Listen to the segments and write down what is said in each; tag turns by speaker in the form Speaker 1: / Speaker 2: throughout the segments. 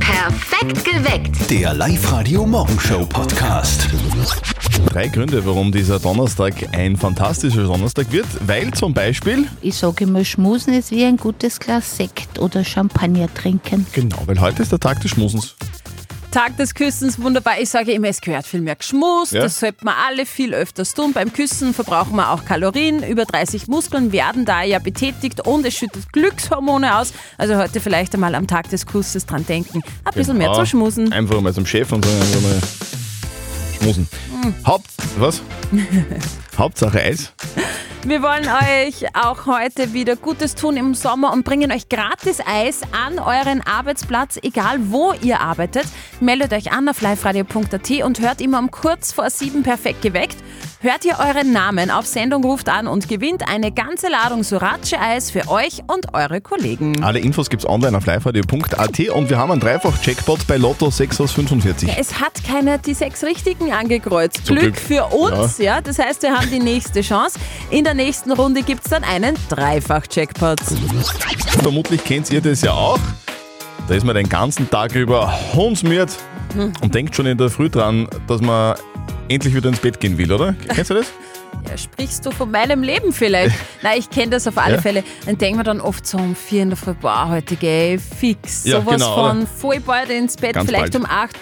Speaker 1: Perfekt geweckt.
Speaker 2: Der Live-Radio-Morgenshow-Podcast.
Speaker 3: Drei Gründe, warum dieser Donnerstag ein fantastischer Donnerstag wird, weil zum Beispiel,
Speaker 4: Ich sage immer, Schmusen ist wie ein gutes Glas Sekt oder Champagner trinken.
Speaker 3: genau, weil heute ist der Tag des Schmusens.
Speaker 5: Tag des Küssens, wunderbar. Ich sage immer, es gehört viel mehr Geschmust.
Speaker 3: Ja.
Speaker 5: Das sollten wir alle viel öfters tun. Beim Küssen verbrauchen wir auch Kalorien. Über 30 Muskeln werden da ja betätigt und es schüttet Glückshormone aus. Also heute vielleicht einmal am Tag des Kusses dran denken. Ein bisschen mehr
Speaker 3: Genau.
Speaker 5: zu schmusen.
Speaker 3: Einfach mal zum Chef und dann einfach mal schmusen.
Speaker 5: Hm.
Speaker 3: Haupt, was? Hauptsache Eis.
Speaker 5: Wir wollen euch auch heute wieder Gutes tun im Sommer und bringen euch gratis Eis an euren Arbeitsplatz, egal wo ihr arbeitet. Meldet euch an auf liveradio.at und hört immer um kurz vor sieben perfekt geweckt. Hört ihr euren Namen auf Sendung, ruft an und gewinnt eine ganze Ladung Surace-Eis für euch und eure Kollegen.
Speaker 3: Alle Infos gibt's online auf liveradio.at und wir haben einen Dreifach-Jackpot bei Lotto 6 aus 45.
Speaker 5: Es hat keiner die sechs Richtigen angekreuzt.
Speaker 3: Zum
Speaker 5: Glück,
Speaker 3: Glück.
Speaker 5: für uns, ja. Das heißt, wir haben die nächste Chance. In der nächsten Runde gibt es dann einen Dreifach-Jackpot.
Speaker 3: Vermutlich kennt ihr das ja auch. Da ist man den ganzen Tag über hundsmiert und denkt schon in der Früh dran, dass man endlich wieder ins Bett gehen will, oder? Kennst du das?
Speaker 5: Ja, sprichst du von meinem Leben vielleicht? Nein, ich kenne das auf alle
Speaker 3: Ja.
Speaker 5: Fälle. Dann denken wir dann oft so um vier in der Früh, boah, heute gehe ich fix.
Speaker 3: Ja,
Speaker 5: Sowas
Speaker 3: genau,
Speaker 5: von
Speaker 3: oder?
Speaker 5: voll bald ins Bett,
Speaker 3: Ganz
Speaker 5: vielleicht
Speaker 3: bald.
Speaker 5: um acht.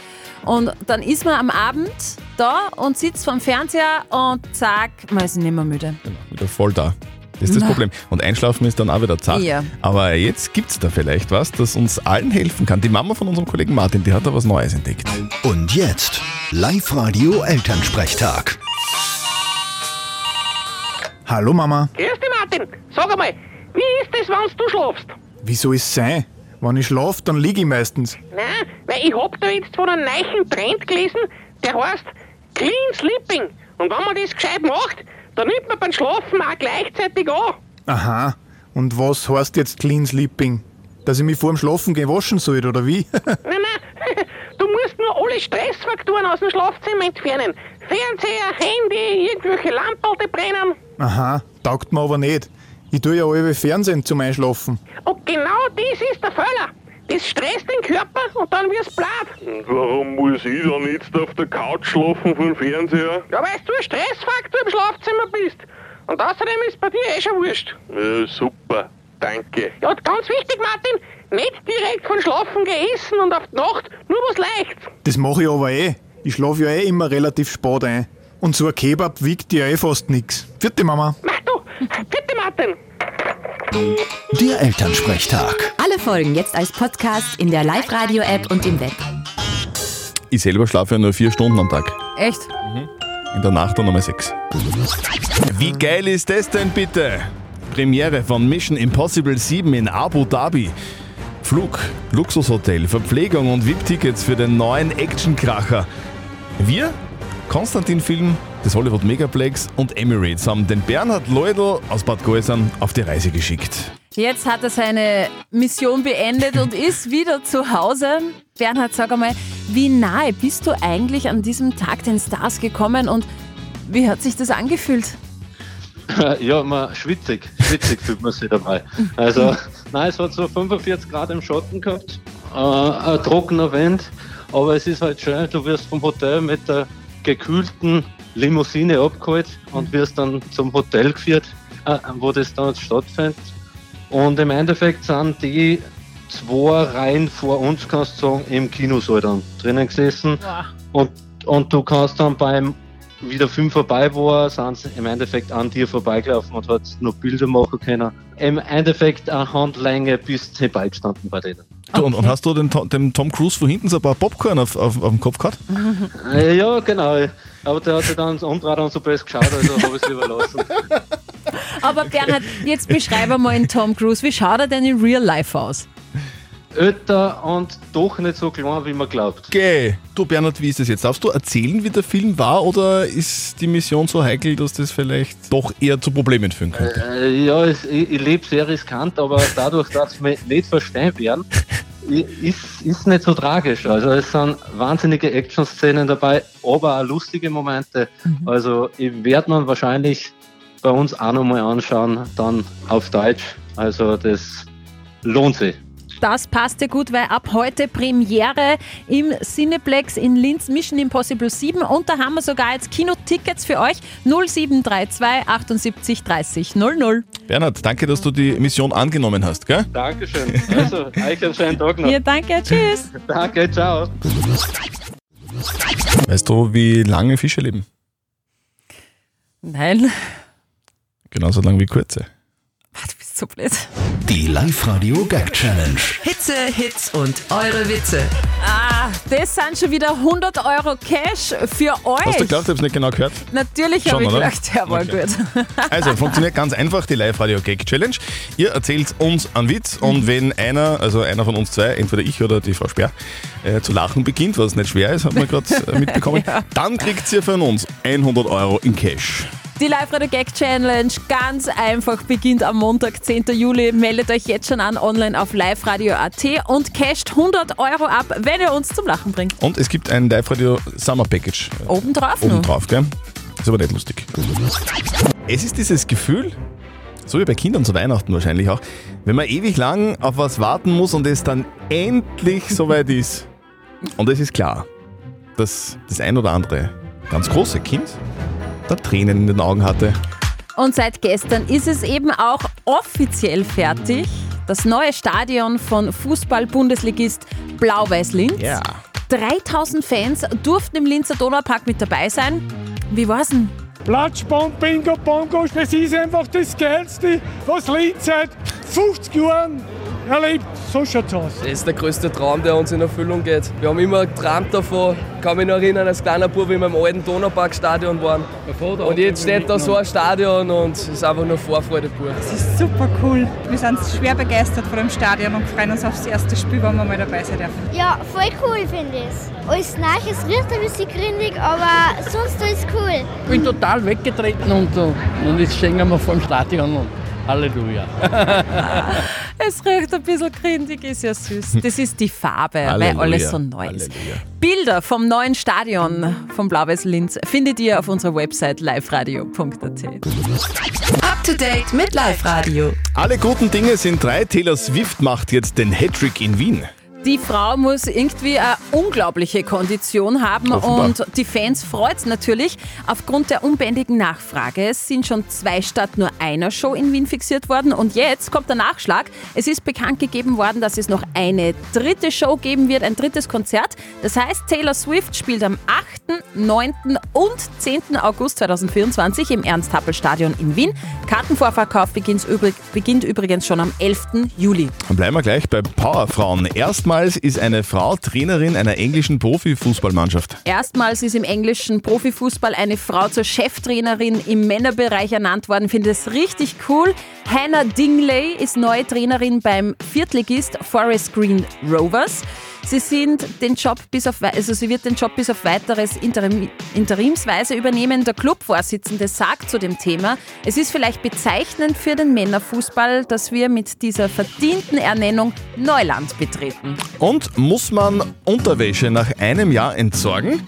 Speaker 5: Und dann ist man am Abend da und sitzt vorm Fernseher und zack, man ist nicht mehr müde.
Speaker 3: Genau, wieder voll da. Das ist das Problem. Und einschlafen ist dann auch wieder zart.
Speaker 5: Ja.
Speaker 3: Aber jetzt gibt's da vielleicht was, das uns allen helfen kann. Die Mama von unserem Kollegen Martin, die hat da was Neues entdeckt.
Speaker 2: Und jetzt Live-Radio-Elternsprechtag.
Speaker 6: Hallo Mama,
Speaker 7: Grüß dich, Martin. Sag einmal, wie ist das, wenn du schlafst?
Speaker 6: wieso ist sein? Wenn ich schlafe, dann liege ich meistens.
Speaker 7: Nein, weil ich hab da jetzt von einem neuen Trend gelesen, der heißt Clean Sleeping. Und wenn man das gescheit macht, dann nimmt man beim Schlafen auch gleichzeitig an.
Speaker 6: Aha, und was heißt jetzt Clean Sleeping? Dass ich mich vor dem Schlafen gehen waschen soll, oder wie?
Speaker 7: Nein, nein, du musst nur alle Stressfaktoren aus dem Schlafzimmer entfernen. Fernseher, Handy, irgendwelche Lampen, die brennen.
Speaker 6: Aha, taugt mir aber nicht. Ich tue ja alle Fernsehen zum Einschlafen.
Speaker 7: Und genau das ist der Fehler. Das stresst den Körper und dann wirst du blatt.
Speaker 8: Warum muss ich dann jetzt auf der Couch schlafen vom Fernseher?
Speaker 7: Ja, weil du ein Stressfaktor im Schlafzimmer bist. Und außerdem ist bei dir eh schon wurscht.
Speaker 8: Äh, super, danke.
Speaker 7: Ja, und ganz wichtig, Martin, nicht direkt von Schlafen gehen essen und auf die Nacht nur was Leichtes.
Speaker 6: Das mache ich aber eh. Ich schlafe ja eh immer relativ spät ein. Und so ein Kebab wiegt ja eh fast nix. Vierte Mama.
Speaker 7: Mach du, bitte, Martin.
Speaker 2: Der Elternsprechtag.
Speaker 9: Alle Folgen jetzt als Podcast in der Live-Radio-App und im Web.
Speaker 3: Ich selber schlafe ja nur vier Stunden am Tag.
Speaker 5: Echt?
Speaker 3: In der Nacht dann nochmal sechs. Wie geil ist das denn bitte? Premiere von Mission Impossible 7 in Abu Dhabi. Flug, Luxushotel, Verpflegung und VIP-Tickets für den neuen Actionkracher. Wir, Konstantin Film, des Hollywood Megaplex und Emirates haben den Bernhard Leudl aus Bad Gäusern auf die Reise geschickt.
Speaker 5: Jetzt hat er seine Mission beendet und ist wieder zu Hause. Bernhard, sag einmal, wie nahe bist du eigentlich an diesem Tag den Stars gekommen und wie hat sich das angefühlt?
Speaker 10: Ja, man, schwitzig, schwitzig fühlt man sich dabei. Also, nein, es hat so 45 Grad im Schatten gehabt, äh, ein trockener Wind, aber es ist halt schön, du wirst vom Hotel mit der gekühlten Limousine abgeholt und wirst dann zum Hotel geführt, äh, wo das dann stattfindet. Und im Endeffekt sind die zwei Reihen vor uns, kannst du sagen, im Kinosaal dann drinnen gesessen. Und, und du kannst dann beim wieder fünf vorbei war, sind sie im Endeffekt an dir vorbeigelaufen und hat noch Bilder machen können. Im Endeffekt eine Handlänge bist du herbeigestanden bei denen.
Speaker 3: Du, und, und hast du den, To- dem Tom Cruise von hinten so ein paar Popcorn auf, auf, auf dem Kopf gehabt?
Speaker 10: Äh, Ja, genau. Aber der hat sich dann umgedreht und so böse geschaut, also habe ich es überlassen.
Speaker 5: Aber Bernhard, jetzt beschreibe mal in Tom Cruise, wie schaut er denn in Real Life aus?
Speaker 10: Ötter und doch nicht so klein, wie man glaubt.
Speaker 3: Okay. Du Bernhard, wie ist das jetzt? Darfst du erzählen, wie der Film war oder ist die Mission so heikel, dass das vielleicht doch eher zu Problemen führen könnte?
Speaker 10: Äh, ja, es, ich, ich lebe sehr riskant, aber dadurch, dass wir nicht verstehen werden, i- ist, ist nicht so tragisch. Also es sind wahnsinnige Action-Szenen dabei, aber auch lustige Momente.
Speaker 11: Mhm.
Speaker 10: Also ich werde man wahrscheinlich bei uns auch nochmal anschauen, dann auf Deutsch. Also das lohnt sich.
Speaker 5: das passt dir gut, weil ab heute Premiere im Cineplex in Linz Mission Impossible 7 und da haben wir sogar jetzt Kinotickets für euch 0732 78 30 00.
Speaker 3: Bernhard, danke, dass du die Mission angenommen hast, gell?
Speaker 10: Dankeschön. Also, euch einen schönen Tag noch.
Speaker 5: Ja, danke, tschüss.
Speaker 10: Danke, ciao.
Speaker 3: Weißt du, wie lange Fische leben?
Speaker 5: Nein,
Speaker 3: Genauso lang wie kurze.
Speaker 5: du bist so blöd.
Speaker 2: Die Live-Radio Gag Challenge.
Speaker 1: Hitze, Hits und eure Witze.
Speaker 5: Das sind schon wieder 100 Euro Cash für euch.
Speaker 3: Hast du geglaubt, ich hab's nicht genau gehört?
Speaker 5: Natürlich
Speaker 3: Schon,
Speaker 5: habe ich
Speaker 3: oder?
Speaker 5: gedacht, jawohl,
Speaker 3: Okay.
Speaker 5: gut.
Speaker 3: Also, funktioniert ganz einfach die Live-Radio-Gag-Challenge. Ihr erzählt uns einen Witz und wenn einer, also einer von uns zwei, entweder ich oder die Frau Sperr, äh, zu lachen beginnt, was nicht schwer ist, hat man gerade äh, mitbekommen, dann kriegt ihr von uns 100 Euro in Cash.
Speaker 5: Die Live-Radio Gag Challenge, ganz einfach, beginnt am Montag, 10. Juli. Meldet euch jetzt schon an online auf liveradio.at und casht 100 Euro ab, wenn ihr uns zum Lachen bringt.
Speaker 3: Und es gibt ein Live-Radio-Summer-Package äh,
Speaker 5: Obendrauf nur.
Speaker 3: obendrauf, gell? Ist aber nicht lustig. Es ist dieses Gefühl, so wie bei Kindern zu Weihnachten wahrscheinlich auch, wenn man ewig lang auf was warten muss und es dann endlich soweit ist. Und es ist klar, dass das ein oder andere ganz große Kind da Tränen in den Augen hatte.
Speaker 5: Und seit gestern ist es eben auch offiziell fertig. Das neue Stadion von Fußball-Bundesligist Blau-Weiß-Linz. 3000 Fans durften im Linzer Donaupark mit dabei sein. Wie war's denn?
Speaker 12: Platschbomb, Bingo, Bongos, das ist einfach das Geilste, was Linz seit 50 Jahren erlebt. So schaut's aus.
Speaker 13: Das ist der größte Traum, der uns in Erfüllung geht. Wir haben immer geträumt davon. Ich kann mich noch erinnern, als kleiner Bub, wie wir im alten Donauparkstadion waren. Und jetzt steht da so ein Stadion und es ist einfach nur Vorfreude pur.
Speaker 14: Super cool. Wir sind schwer begeistert von dem Stadion und freuen uns aufs erste Spiel, wenn wir mal dabei sein dürfen.
Speaker 15: Ja, voll cool finde ich. Alles Neues riecht ein bisschen grindig, aber sonst alles cool.
Speaker 11: Ich bin total weggetreten und, so. und jetzt stehen wir vor dem Stadion und Halleluja.
Speaker 5: Es riecht ein bisschen grindig, ist ja süß. Das ist die Farbe, weil
Speaker 11: Halleluja,
Speaker 5: alles so neu ist. Bilder vom neuen Stadion von Blau-Weiß Linz findet ihr auf unserer Website liveradio.at.
Speaker 1: Up to date mit Live Radio.
Speaker 3: Alle guten Dinge sind drei. Taylor Swift macht jetzt den Hattrick in Wien.
Speaker 5: Die Frau muss irgendwie eine unglaubliche Kondition haben
Speaker 3: Offenbar.
Speaker 5: und die Fans freut's natürlich. Aufgrund der unbändigen Nachfrage sind schon zwei statt nur einer Show in Wien fixiert worden und jetzt kommt der Nachschlag. Es ist bekannt gegeben worden, dass es noch eine dritte Show geben wird, ein drittes Konzert. Das heißt, Taylor Swift spielt am 8., 9. und 10. August 2024 im Ernst-Happel-Stadion in Wien. Kartenvorverkauf beginnt übrig- beginnt übrigens schon am 11. Juli.
Speaker 3: Dann bleiben wir gleich bei Powerfrauen. Erstmals ist eine Frau Trainerin einer englischen Profifußballmannschaft.
Speaker 5: Erstmals ist im englischen Profifußball eine Frau zur Cheftrainerin im Männerbereich ernannt worden. Finde das richtig cool. Hannah Dingley ist neue Trainerin beim Viertligist Forest Green Rovers. Sie sind den Job bis auf, wei- also sie wird den Job bis auf weiteres interim, interimsweise übernehmen. Der Clubvorsitzende sagt zu dem Thema, es ist vielleicht bezeichnend für den Männerfußball, dass wir mit dieser verdienten Ernennung Neuland betreten.
Speaker 3: Und muss man Unterwäsche nach einem Jahr entsorgen?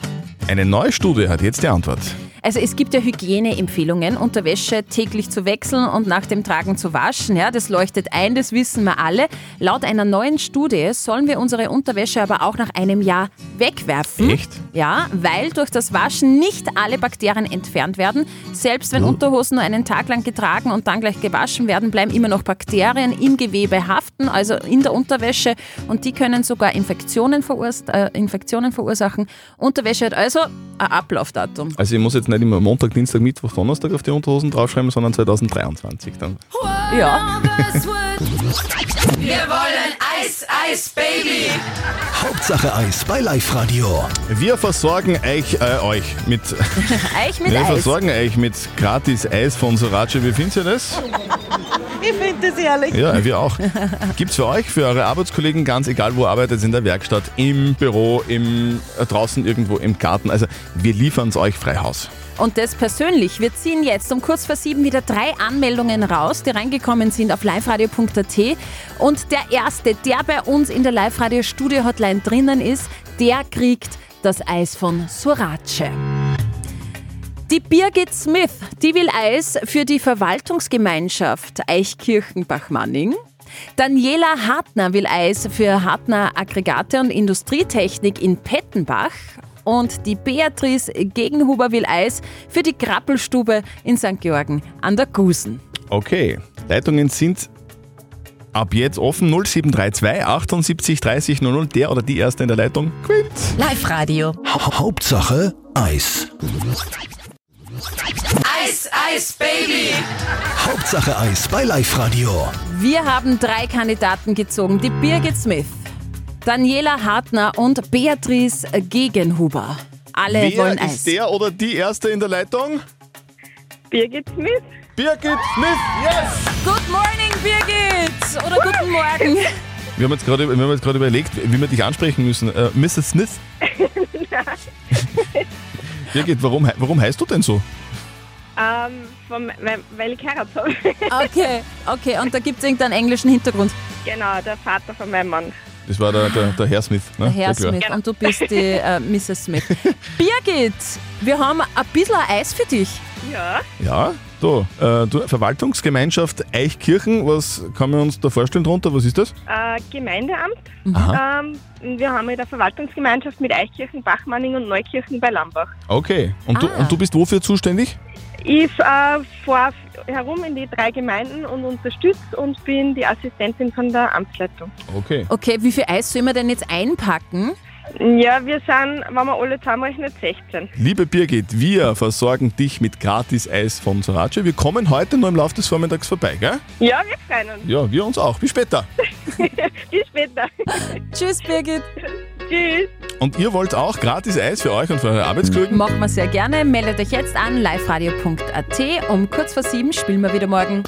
Speaker 3: Eine neue Studie hat jetzt die Antwort.
Speaker 5: Also es gibt ja Hygieneempfehlungen, Unterwäsche täglich zu wechseln und nach dem Tragen zu waschen. Ja, das leuchtet ein, das wissen wir alle. Laut einer neuen Studie sollen wir unsere Unterwäsche aber auch nach einem Jahr wegwerfen.
Speaker 3: Echt?
Speaker 5: Ja, weil durch das Waschen nicht alle Bakterien entfernt werden. Selbst wenn Unterhosen nur einen Tag lang getragen und dann gleich gewaschen werden, bleiben immer noch Bakterien im Gewebe haften, also in der Unterwäsche. Und die können sogar Infektionen, verurs äh, Infektionen verursachen. Unterwäsche hat also ein Ablaufdatum.
Speaker 3: Also ich muss jetzt nicht immer Montag, Dienstag, Mittwoch, Donnerstag auf die Unterhosen draufschreiben, sondern 2023 dann.
Speaker 5: Ja.
Speaker 1: Wir wollen Eis, Eis, Baby.
Speaker 3: Hauptsache Eis bei Live Radio. Wir versorgen euch, äh, euch mit.
Speaker 5: Eich
Speaker 3: wir versorgen euch mit gratis Eis von Sorace. Wie findet ihr das?
Speaker 16: Ich finde das ehrlich.
Speaker 3: Ja, wir auch. Gibt's für euch, für eure Arbeitskollegen, ganz egal wo ihr arbeitet, in der Werkstatt, im Büro, im äh, draußen irgendwo im Garten. Also wir liefern's euch frei Haus.
Speaker 5: Und das persönlich. Wir ziehen jetzt um kurz vor sieben wieder drei Anmeldungen raus, die reingekommen sind auf liveradio.at. Und der erste, der bei uns in der Live-Radio-Studio-Hotline drinnen ist, der kriegt das Eis von Surace. Die Birgit Smith, die will Eis für die Verwaltungsgemeinschaft Eichkirchen-Bachmanning. Daniela Hartner will Eis für Hartner Aggregate und Industrietechnik in Pettenbach. Und die Beatrice Gegenhuber will Eis für die Krappelstube in St. Georgen an der Gusen.
Speaker 3: Okay, Leitungen sind ab jetzt offen. 0732 78 30 00. Der oder die Erste in der Leitung gewinnt.
Speaker 1: Live Radio.
Speaker 2: Hauptsache Eis.
Speaker 1: Eis, Eis, Baby.
Speaker 2: Hauptsache Eis bei Live Radio.
Speaker 5: Wir haben drei Kandidaten gezogen: die Birgit Smith, Daniela Hartner und Beatrice Gegenhuber. Alle
Speaker 3: Wer
Speaker 5: wollen
Speaker 3: ist
Speaker 5: Eis.
Speaker 3: der oder die Erste in der Leitung?
Speaker 5: Birgit Smith.
Speaker 3: Birgit Smith, yes!
Speaker 5: Good morning, Birgit! Oder guten Morgen.
Speaker 3: Wir haben jetzt gerade wir haben jetzt gerade überlegt, wie wir dich ansprechen müssen. Äh, Mrs. Smith? Birgit, warum, hei- warum heißt du denn so?
Speaker 17: Ähm, vom, weil, weil ich geheiratet habe.
Speaker 5: Okay, okay, und da gibt es irgendeinen englischen Hintergrund.
Speaker 17: genau, der Vater von meinem Mann.
Speaker 3: Das war der, der, der Herr Smith. Ne?
Speaker 5: Der Ah, Herr
Speaker 3: klar.
Speaker 5: Smith und du bist die äh, Mrs. Smith. Birgit, wir haben ein bisschen Eis für dich.
Speaker 17: Ja.
Speaker 3: Ja, du, äh, du, Verwaltungsgemeinschaft Eichkirchen, was kann man uns da vorstellen drunter? Was ist das?
Speaker 17: Äh, Gemeindeamt.
Speaker 3: Aha.
Speaker 17: Ähm, wir haben mit der Verwaltungsgemeinschaft mit Eichkirchen, Bachmanning und Neukirchen bei Lambach.
Speaker 3: Okay, und, du,
Speaker 17: Ah.
Speaker 3: und du bist wofür zuständig?
Speaker 17: Ich äh, fahre herum in die drei Gemeinden und unterstütze und bin die Assistentin von der Amtsleitung.
Speaker 3: Okay.
Speaker 5: Okay, wie viel Eis soll man denn jetzt einpacken?
Speaker 17: Ja, wir sind, wenn wir alle zusammenrechnen, 16.
Speaker 3: Liebe Birgit, wir versorgen dich mit Gratis-Eis von Sorace. Wir kommen heute noch im Laufe des Vormittags vorbei, gell?
Speaker 17: Ja, wir freuen uns.
Speaker 3: Ja, wir uns auch. Bis später.
Speaker 17: Bis später.
Speaker 5: Tschüss, Birgit.
Speaker 17: Tschüss.
Speaker 3: Und ihr wollt auch Gratis-Eis für euch und für eure Arbeitskollegen?
Speaker 5: Macht man sehr gerne. Meldet euch jetzt an liveradio.at. Um kurz vor sieben spielen wir wieder morgen.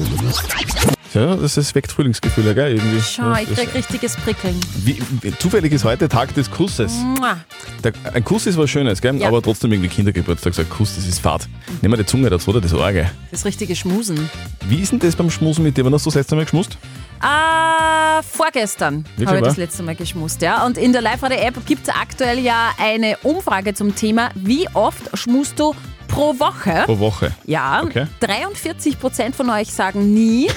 Speaker 3: Ja, das ist, weckt Frühlingsgefühle, gell? Irgendwie.
Speaker 5: Schau,
Speaker 3: Das
Speaker 5: ich
Speaker 3: ist-
Speaker 5: krieg richtiges Prickeln.
Speaker 3: wie, wie, zufällig ist heute Tag des Kusses.
Speaker 5: Mua.
Speaker 3: Der, ein Kuss ist was Schönes, gell?
Speaker 5: Mhm. Ja.
Speaker 3: aber trotzdem irgendwie Kindergeburtstag. So ein Kuss, das ist Fahrt. Nimm mal die Zunge dazu oder das Orgel.
Speaker 5: Das richtige Schmusen.
Speaker 3: Wie ist denn das beim Schmusen mit dir? Wann hast du das letzte Mal geschmust?
Speaker 5: Ah, vorgestern
Speaker 3: Wirklich,
Speaker 5: habe ich
Speaker 3: wahr?
Speaker 5: das letzte Mal geschmust, ja. Und in der Live-Radio-App gibt es aktuell ja eine Umfrage zum Thema, wie oft schmusst du pro Woche?
Speaker 3: Pro Woche.
Speaker 5: Ja,
Speaker 3: Okay.
Speaker 5: 43% von euch sagen nie.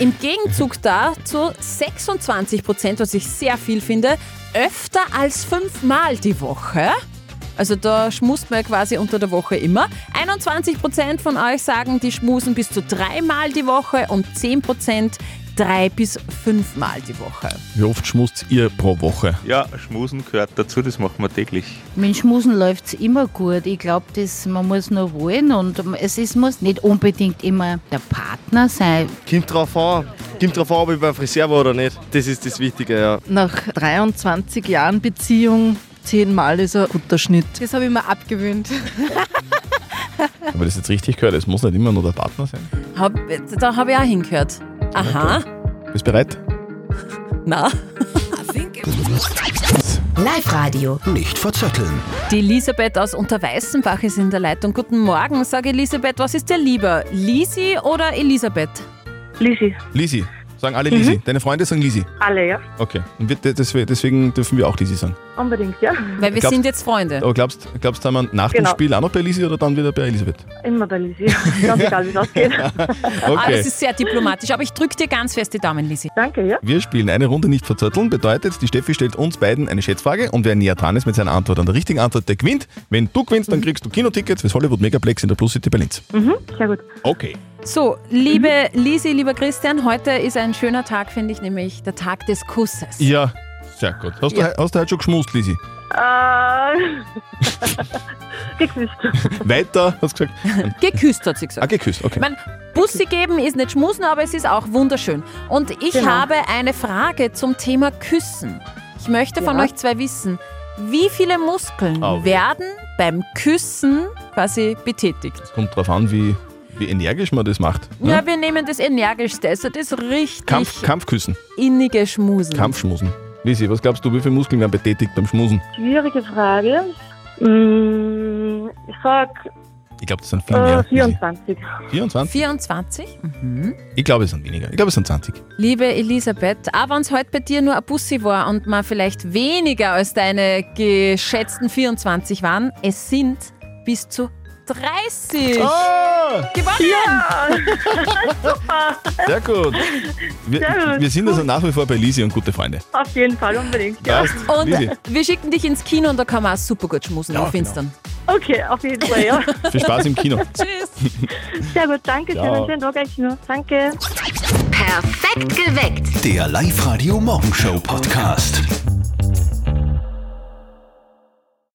Speaker 5: Im Gegenzug dazu 26%, was ich sehr viel finde, öfter als fünfmal die Woche. Also da schmust man ja quasi unter der Woche immer. 21% von euch sagen, die schmusen bis zu dreimal die Woche und 10% drei bis fünfmal die Woche.
Speaker 3: Wie oft schmust ihr pro Woche?
Speaker 18: Ja, Schmusen gehört dazu, das machen wir täglich.
Speaker 4: Mit Schmusen läuft es immer gut. Ich glaube, man muss nur wollen und es ist, muss nicht unbedingt immer der Partner sein.
Speaker 19: Kommt drauf an. Kommt drauf an, ob ich beim Friseur war oder nicht. Das ist das Wichtige, ja.
Speaker 20: Nach 23 Jahren Beziehung zehnmal ist ein guter Schnitt.
Speaker 21: Das habe ich mir abgewöhnt.
Speaker 3: Aber das ist jetzt richtig gehört, es muss nicht immer nur der Partner sein.
Speaker 5: Hab, da habe ich auch hingehört. Aha,
Speaker 3: Bist bereit?
Speaker 5: na.
Speaker 2: Live Radio. Nicht verzetteln.
Speaker 5: Die Elisabeth aus Unterweißenbach ist in der Leitung. Guten Morgen, sage Elisabeth, was ist dir lieber? Lisi oder Elisabeth?
Speaker 17: Lisi.
Speaker 3: Lisi. Sagen alle Lisi.
Speaker 5: Mhm.
Speaker 3: Deine Freunde sagen Lisi.
Speaker 17: Alle, ja?
Speaker 3: Okay. Und wir, des- deswegen dürfen wir auch Lisi sagen.
Speaker 17: Unbedingt, ja?
Speaker 5: Weil wir
Speaker 3: Glaubst-
Speaker 5: sind jetzt Freunde.
Speaker 3: Aber glaubst du, glaubst, haben wir nach
Speaker 17: Genau.
Speaker 3: dem Spiel auch noch bei Lisi oder dann wieder bei Elisabeth?
Speaker 17: Immer bei Lisi. Ganz egal, wie es ausgeht.
Speaker 5: Ah,
Speaker 3: Okay.
Speaker 5: das ist sehr diplomatisch, aber ich drücke dir ganz fest die Daumen, Lisi.
Speaker 17: Danke, ja.
Speaker 3: Wir spielen eine Runde nicht verzötteln. Bedeutet, die Steffi stellt uns beiden eine Schätzfrage und wer näher dran ist mit seiner Antwort an der richtigen Antwort, der gewinnt. Wenn du gewinnst, dann kriegst du Kinotickets fürs Hollywood Megaplex in der Plus City bei Linz.
Speaker 5: Mhm,
Speaker 17: sehr gut.
Speaker 3: Okay.
Speaker 5: So, liebe Lisi, lieber Christian, heute ist ein schöner Tag, finde ich, nämlich der Tag des Kusses.
Speaker 3: Ja, sehr gut. Hast,
Speaker 5: Ja.
Speaker 3: Du, he- hast du heute schon geschmust, Lisi?
Speaker 17: Äh, geküsst.
Speaker 3: Weiter, hast du gesagt.
Speaker 5: Geküsst hat sie gesagt.
Speaker 3: Ah, geküsst, okay.
Speaker 5: Ich meine, Bussi geben ist nicht schmusen, aber es ist auch wunderschön. Und ich
Speaker 22: Genau.
Speaker 5: habe eine Frage zum Thema Küssen. Ich möchte von
Speaker 22: Ja.
Speaker 5: euch zwei wissen, wie viele Muskeln
Speaker 3: Au.
Speaker 5: werden beim Küssen quasi betätigt?
Speaker 3: Kommt drauf an, wie, wie energisch man das macht. ne?
Speaker 5: Ja, wir nehmen das Energischste, also das richtig
Speaker 3: Kampf, Kampfküssen.
Speaker 5: innige Schmusen.
Speaker 3: Kampfschmusen. Lisi, was glaubst du, wie viele Muskeln werden betätigt beim Schmusen?
Speaker 17: Schwierige Frage. Mm, Ich sag
Speaker 3: Ich glaube, das sind viel
Speaker 17: äh,
Speaker 3: mehr. Lisi.
Speaker 17: 24.
Speaker 3: 24?
Speaker 5: 24?
Speaker 3: Ich glaube, es sind weniger. Ich glaube, es sind 20.
Speaker 5: Liebe Elisabeth, auch wenn es heute bei dir nur ein Bussi war und mal vielleicht weniger als deine geschätzten 24 waren, es sind bis zu 30.
Speaker 3: Oh!
Speaker 5: Gewonnen!
Speaker 7: Super.
Speaker 3: Sehr gut. Wir,
Speaker 7: Sehr gut.
Speaker 3: wir sind also nach wie vor bei Lisi und gute Freunde.
Speaker 7: Auf jeden Fall, unbedingt. Ja.
Speaker 3: Passt.
Speaker 5: Und
Speaker 3: Lisi.
Speaker 5: wir schicken dich ins Kino und da kann man auch super gut schmusen auf Instern.
Speaker 7: Okay, auf jeden Fall, ja.
Speaker 3: Viel Spaß im Kino.
Speaker 5: Tschüss.
Speaker 7: Sehr gut, danke schön.
Speaker 3: Ciao.
Speaker 7: und Schönen Tag euch noch. Danke.
Speaker 15: Perfekt geweckt.
Speaker 6: Der Live-Radio Morgenshow Podcast.